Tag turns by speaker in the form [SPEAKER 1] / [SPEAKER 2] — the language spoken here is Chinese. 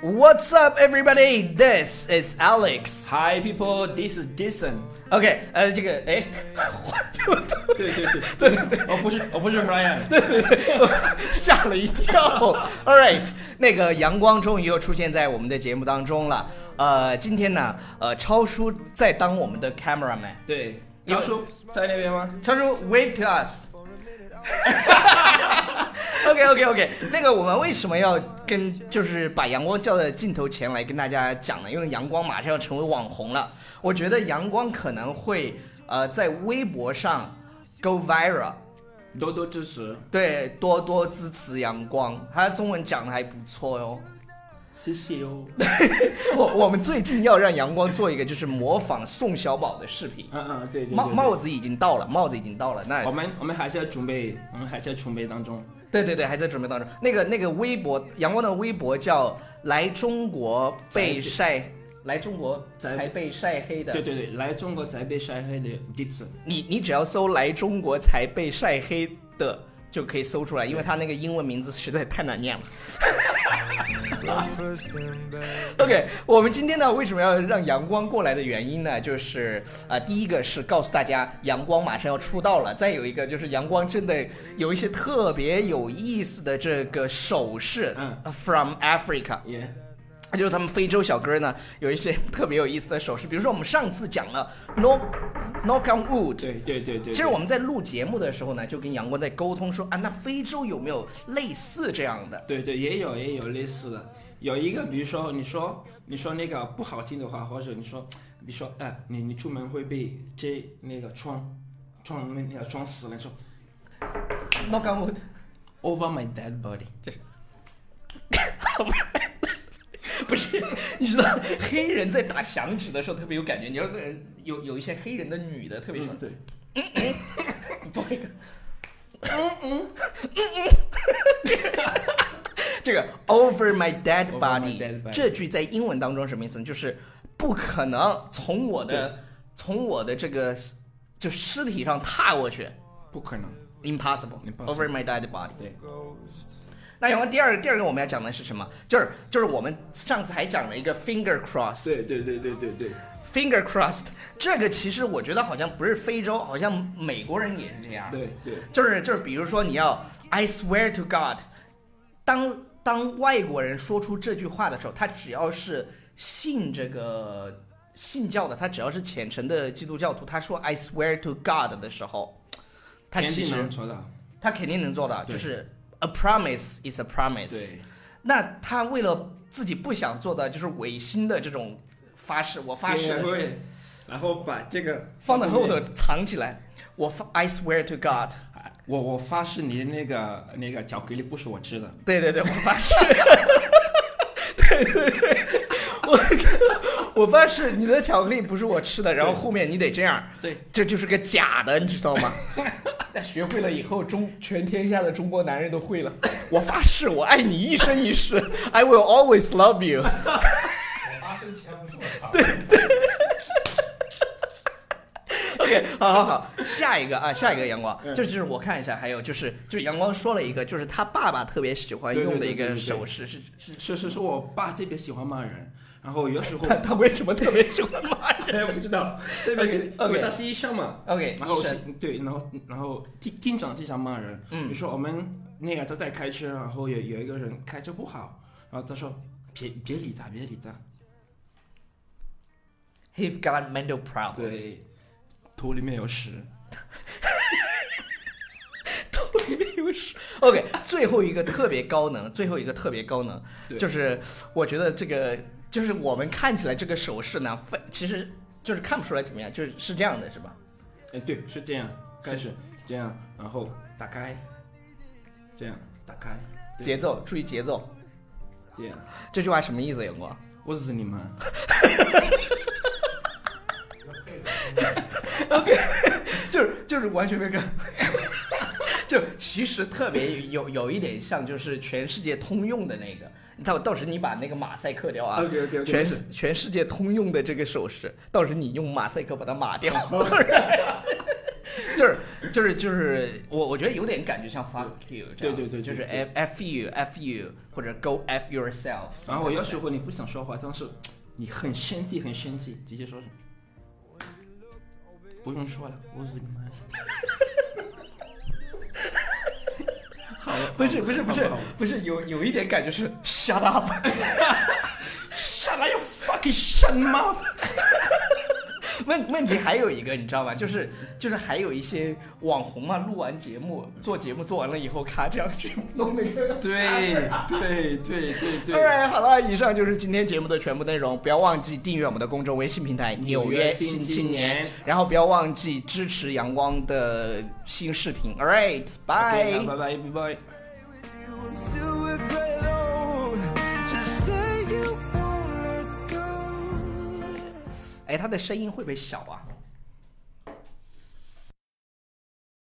[SPEAKER 1] What's up, everybody? This is Alex.
[SPEAKER 2] Hi people, this is Jason。
[SPEAKER 1] OK，呃，这个，哎，
[SPEAKER 2] 对对对对对对，哦不是哦不是 Ryan，对
[SPEAKER 1] 吓了一跳。All right，那个阳光终于又出现在我们的节目当中了。呃，今天呢，呃，超叔在当我们的 cameraman。
[SPEAKER 2] 对，张叔在那边吗？
[SPEAKER 1] 超叔，wave to us。OK OK OK，那个我们为什么要跟就是把阳光叫到镜头前来跟大家讲呢？因为阳光马上要成为网红了，我觉得阳光可能会呃在微博上 go viral，
[SPEAKER 2] 多多支持。
[SPEAKER 1] 对，多多支持阳光，他中文讲的还不错哟。
[SPEAKER 2] 谢谢哦。
[SPEAKER 1] 我我们最近要让阳光做一个就是模仿宋小宝的视频，
[SPEAKER 2] 嗯嗯，对对对。
[SPEAKER 1] 帽
[SPEAKER 2] 对
[SPEAKER 1] 帽，子已经到了，帽子已经到了，那
[SPEAKER 2] 我们我们还是要准备，我们还是要准备当中。
[SPEAKER 1] 对对对，还在准备当中。那个那个微博，阳光的微博叫“来中国被晒”，来中国才被晒黑的。
[SPEAKER 2] 对对对，来中国才被晒黑的 Jason。
[SPEAKER 1] 你你只要搜“来中国才被晒黑的”就可以搜出来，因为他那个英文名字实在太难念了。OK，我们今天呢，为什么要让阳光过来的原因呢？就是啊、呃第一个是告诉大家阳光马上要出道了，再有一个就是阳光真的有一些特别有意思的这个手势，
[SPEAKER 2] 嗯
[SPEAKER 1] 呃，from Africa，
[SPEAKER 2] 耶，
[SPEAKER 1] 就是他们非洲小哥呢有一些特别有意思的手势，比如说我们上次讲了 knock knock on wood，
[SPEAKER 2] 对对对对。
[SPEAKER 1] 其实我们在录节目的时候呢，就跟阳光在沟通说啊，那非洲有没有类似这样的？
[SPEAKER 2] 对对也有也有类似的，有一个比如说你说你说那个不好听的话，或者你说比如说哎你你出门会被这那个撞撞那那个撞死了，你说
[SPEAKER 1] knock on wood，
[SPEAKER 2] over my dead body。
[SPEAKER 1] 不是， 你知道黑人在打响指的时候特别有感觉，你要跟人有有一些黑人的女的特别喜欢
[SPEAKER 2] 嗯，对。
[SPEAKER 1] 做一个，嗯嗯嗯嗯，
[SPEAKER 2] 嗯
[SPEAKER 1] 这个 over my dead
[SPEAKER 2] Over my
[SPEAKER 1] body
[SPEAKER 2] dead body
[SPEAKER 1] 这句在英文当中什么意思呢？就是不可能从我的从我的这个就尸体上踏过去
[SPEAKER 2] 不可能，
[SPEAKER 1] ，impossible
[SPEAKER 2] Impossible
[SPEAKER 1] over my dead body。
[SPEAKER 2] 对，
[SPEAKER 1] 那然后第二第二个我们要讲的是什么？就是就是我们上次还讲了一个 finger cross。
[SPEAKER 2] 对对对对对对，
[SPEAKER 1] Finger crossed，这 个其实我觉得好像不是非洲，好像美国人也是这样。
[SPEAKER 2] 对对，
[SPEAKER 1] 就是就是，比如说你要 I swear to God，当当外国人说出这句话的时候，他只要是信这个信教的，他只要是虔诚的基督教徒，他说 I swear to God 的时候，他
[SPEAKER 2] 肯
[SPEAKER 1] 其
[SPEAKER 2] 定
[SPEAKER 1] 实
[SPEAKER 2] 能做到。
[SPEAKER 1] 他肯定能做到，
[SPEAKER 2] 对
[SPEAKER 1] 就是 a promise is a promise。
[SPEAKER 2] 对，
[SPEAKER 1] 那他为了自己不想做的，就是违心的这种发誓，我发誓的时候。
[SPEAKER 2] 会，然后把这个
[SPEAKER 1] 放在后头。藏起来。我发 I swear to God，
[SPEAKER 2] 我啊我发誓你那个那个巧克力不是我吃的，
[SPEAKER 1] 对对对，我发誓，对对对，我我发誓你的巧克力不是我吃的，然后后面你得这样，
[SPEAKER 2] 对，
[SPEAKER 1] 这就是个假的，你知道吗？ 那学会了以后，中全天下的中国男人都会了。 我发誓，我爱你一生一世，I will always love you。
[SPEAKER 3] 发生前不是我操。
[SPEAKER 1] OK，好好好，下一个啊，下一个阳光，这就是我看一下，还有就是，就是阳光说了一个，就是他爸爸特别喜欢
[SPEAKER 2] 对对
[SPEAKER 1] 用的
[SPEAKER 2] 对
[SPEAKER 1] 一
[SPEAKER 2] 对
[SPEAKER 1] 个
[SPEAKER 2] 对对
[SPEAKER 1] 手势是是
[SPEAKER 2] 是是是我爸特别喜欢骂人，然后有时 候
[SPEAKER 1] 他他为什么特别喜欢骂 人
[SPEAKER 2] 哎不知道，特别
[SPEAKER 1] OK，OK
[SPEAKER 2] 给因为他是医生嘛，
[SPEAKER 1] ？OK，
[SPEAKER 2] 然后
[SPEAKER 1] 是
[SPEAKER 2] 是对，然后然后经经常经常骂人，
[SPEAKER 1] 嗯
[SPEAKER 2] 你说我们那个他在开车，然后有有一个人开车不好，然后他说别别理他，别理他，
[SPEAKER 1] ，He got mental problem。
[SPEAKER 2] 对，头里面有屎。
[SPEAKER 1] OK，最后一个特别高能，最后一个特别高能，
[SPEAKER 2] 对
[SPEAKER 1] 就是我觉得这个就是我们看起来这个手势呢，非其实就是看不出来怎么样，就是是这样的，是吧？
[SPEAKER 2] 哎，对，是这样，开始这样，然后打开，这样打开，对
[SPEAKER 1] 节奏，注意节奏。
[SPEAKER 2] 这样，
[SPEAKER 1] 这句话什么意思，阳光？
[SPEAKER 2] 我日你妈！
[SPEAKER 1] 就是就是完全没看， 就其实特别有有一点像，就是全世界通用的那个。到到时你把那个马赛克掉啊
[SPEAKER 2] OK，OK，OK，
[SPEAKER 1] 全
[SPEAKER 2] 没事
[SPEAKER 1] 世全世 哦界通用的这个手势，到时你用马赛克把它码掉。就是就是就是我我觉得有点感觉像 fuck you，这样
[SPEAKER 2] 对对对对
[SPEAKER 1] 就是
[SPEAKER 2] 对
[SPEAKER 1] f f you f you 或者 go f yourself。
[SPEAKER 2] 然后有时候你不想说话，但是你很生气，很生气，直接说什么？不用说了，我日你 妈！好了，
[SPEAKER 1] 不是不是不是
[SPEAKER 2] 好吧
[SPEAKER 1] 不是有有一点感觉是 shut up，
[SPEAKER 2] ，Shut up, you fucking shut your mouth！
[SPEAKER 1] 问问题还有一个你知道吗？就是就是还有一些网红嘛，录完节目做节目做完了以后，咔这样去弄那个。
[SPEAKER 2] 对对对对
[SPEAKER 1] 当
[SPEAKER 2] 对，
[SPEAKER 1] 然，好了，以上就是今天节目的全部内容。不要忘记订阅我们的公众微信平台《纽约新青年》，然后不要忘记支持阳光的新视频。All right，
[SPEAKER 2] OK，
[SPEAKER 1] 拜
[SPEAKER 2] 好。拜拜拜拜。
[SPEAKER 4] Until we get old, just say you won't let go.
[SPEAKER 1] 哎，他的声音会不会小啊？